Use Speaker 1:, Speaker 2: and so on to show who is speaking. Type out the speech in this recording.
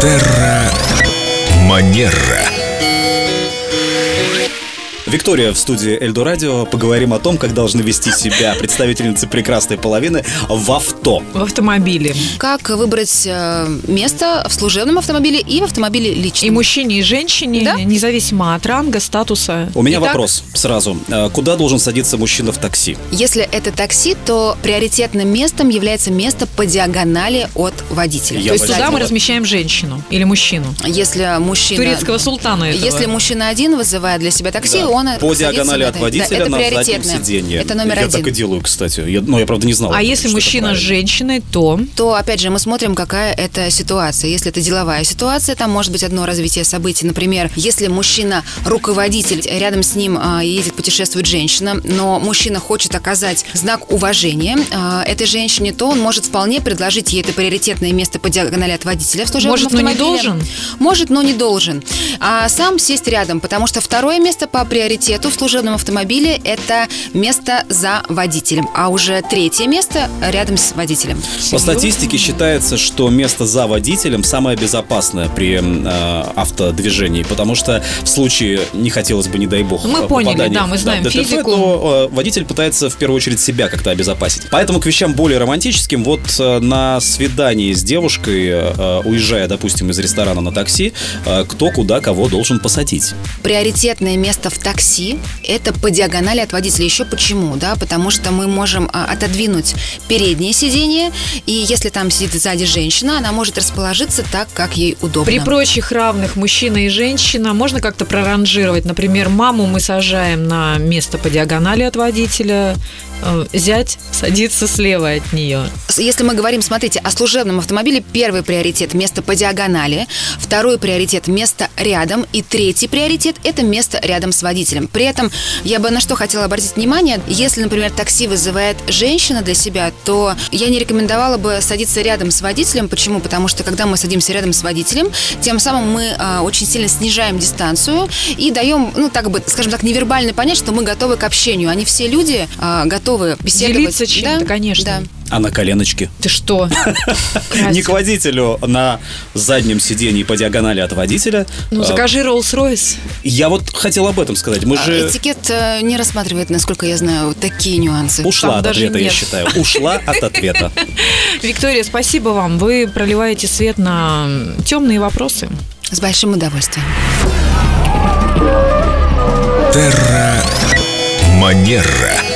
Speaker 1: Терра Манера.
Speaker 2: Виктория в студии Эльду Радио. Поговорим о том, как должны вести себя представительницы прекрасной половины в авто.
Speaker 3: В автомобиле.
Speaker 4: Как выбрать э, место в служебном автомобиле и в автомобиле
Speaker 3: И
Speaker 4: личном?
Speaker 3: мужчине, и женщине,
Speaker 4: Да?
Speaker 3: независимо от ранга, статуса.
Speaker 2: У меня
Speaker 3: Итак,
Speaker 2: вопрос сразу. Э, Куда должен садиться мужчина в такси?
Speaker 4: Если это такси, то приоритетным местом является место по диагонали от водителя.
Speaker 2: Я
Speaker 3: То есть
Speaker 2: возьму
Speaker 3: туда мы
Speaker 2: вот.
Speaker 3: размещаем женщину или мужчину.
Speaker 4: Если мужчина...
Speaker 3: Турецкого султана этого.
Speaker 4: Если мужчина один вызывает для себя такси,
Speaker 2: Да.
Speaker 4: он...
Speaker 2: По
Speaker 4: садится
Speaker 2: диагонали
Speaker 4: на
Speaker 2: от
Speaker 4: это.
Speaker 2: водителя
Speaker 4: да, это
Speaker 2: на заднем
Speaker 4: приоритетное.
Speaker 2: сиденье.
Speaker 4: Это номер
Speaker 2: я
Speaker 4: один.
Speaker 2: так и делаю, кстати. Я- но я, правда, не знал.
Speaker 3: а
Speaker 2: что
Speaker 3: если
Speaker 2: это
Speaker 3: мужчина с
Speaker 2: правильно.
Speaker 3: женщиной, то
Speaker 4: то, опять же, мы смотрим, какая это ситуация. Если это деловая ситуация, там может быть одно развитие событий. Например, если мужчина руководитель, рядом с ним а, едет, путешествует женщина, но мужчина хочет оказать знак уважения а, этой женщине, то он может вполне предложить ей это приоритетное место по диагонали от водителя в служебном
Speaker 3: Может, но не
Speaker 4: автомобиле.
Speaker 3: должен?
Speaker 4: Может, но не должен. А сам сесть рядом, потому что второе место по приоритету в служебном автомобиле – это место за водителем, а уже третье место рядом с водителем.
Speaker 2: По статистике считается, что место за водителем самое безопасное при м, э, автодвижении, потому что в случае, не хотелось бы, не дай бог,
Speaker 3: Мы
Speaker 2: э,
Speaker 3: поняли,
Speaker 2: попадания
Speaker 3: да, мы
Speaker 2: в
Speaker 3: знаем
Speaker 2: ДТП,
Speaker 3: физику.
Speaker 2: то, э, водитель пытается в первую очередь себя как-то обезопасить. Поэтому к вещам более романтическим, вот э, на свидании с девушкой, э, уезжая, допустим, из ресторана на такси, э, кто куда кого должен посадить.
Speaker 4: Приоритетное место в такси – это по диагонали от водителя. Еще почему, да? Потому что мы можем а, отодвинуть переднее сиденье, и если там сидит сзади женщина, она может расположиться так, как ей удобно.
Speaker 3: при прочих равных мужчина и женщина можно как-то проранжировать. Например, маму мы сажаем на место по диагонали от водителя, э, зять садится слева от нее.
Speaker 4: С- Если мы говорим, смотрите, о служебном автомобиле, первый приоритет – место по диагонали, второй приоритет – место рядом, и третий приоритет – это место рядом с водителем. При этом я бы на что хотела обратить внимание, если, например, такси вызывает женщина для себя, то я не рекомендовала бы садиться рядом с водителем. Почему? Потому что когда мы садимся рядом с водителем, тем самым мы а, очень сильно снижаем дистанцию и даем, ну, так бы, скажем так, невербально понять, что мы готовы к общению. Они все люди а, готовы беседовать.
Speaker 3: Делиться чем-то,
Speaker 4: Да,
Speaker 3: конечно.
Speaker 4: да.
Speaker 2: А на коленочке?
Speaker 3: Ты что?
Speaker 2: Не к
Speaker 3: Красиво.
Speaker 2: водителю на заднем сидении по диагонали от водителя.
Speaker 3: Ну,
Speaker 2: Э,
Speaker 3: закажи Rolls-Royce.
Speaker 2: Я вот хотел об этом сказать. Мы
Speaker 4: А,
Speaker 2: же...
Speaker 4: Этикет э, не рассматривает, насколько я знаю, вот такие нюансы.
Speaker 2: Ушла
Speaker 3: Там
Speaker 2: от
Speaker 3: даже
Speaker 2: ответа, я
Speaker 3: нет.
Speaker 2: считаю. Ушла от ответа.
Speaker 3: Виктория, спасибо вам. Вы проливаете свет на темные вопросы.
Speaker 4: С большим удовольствием.
Speaker 1: Манера.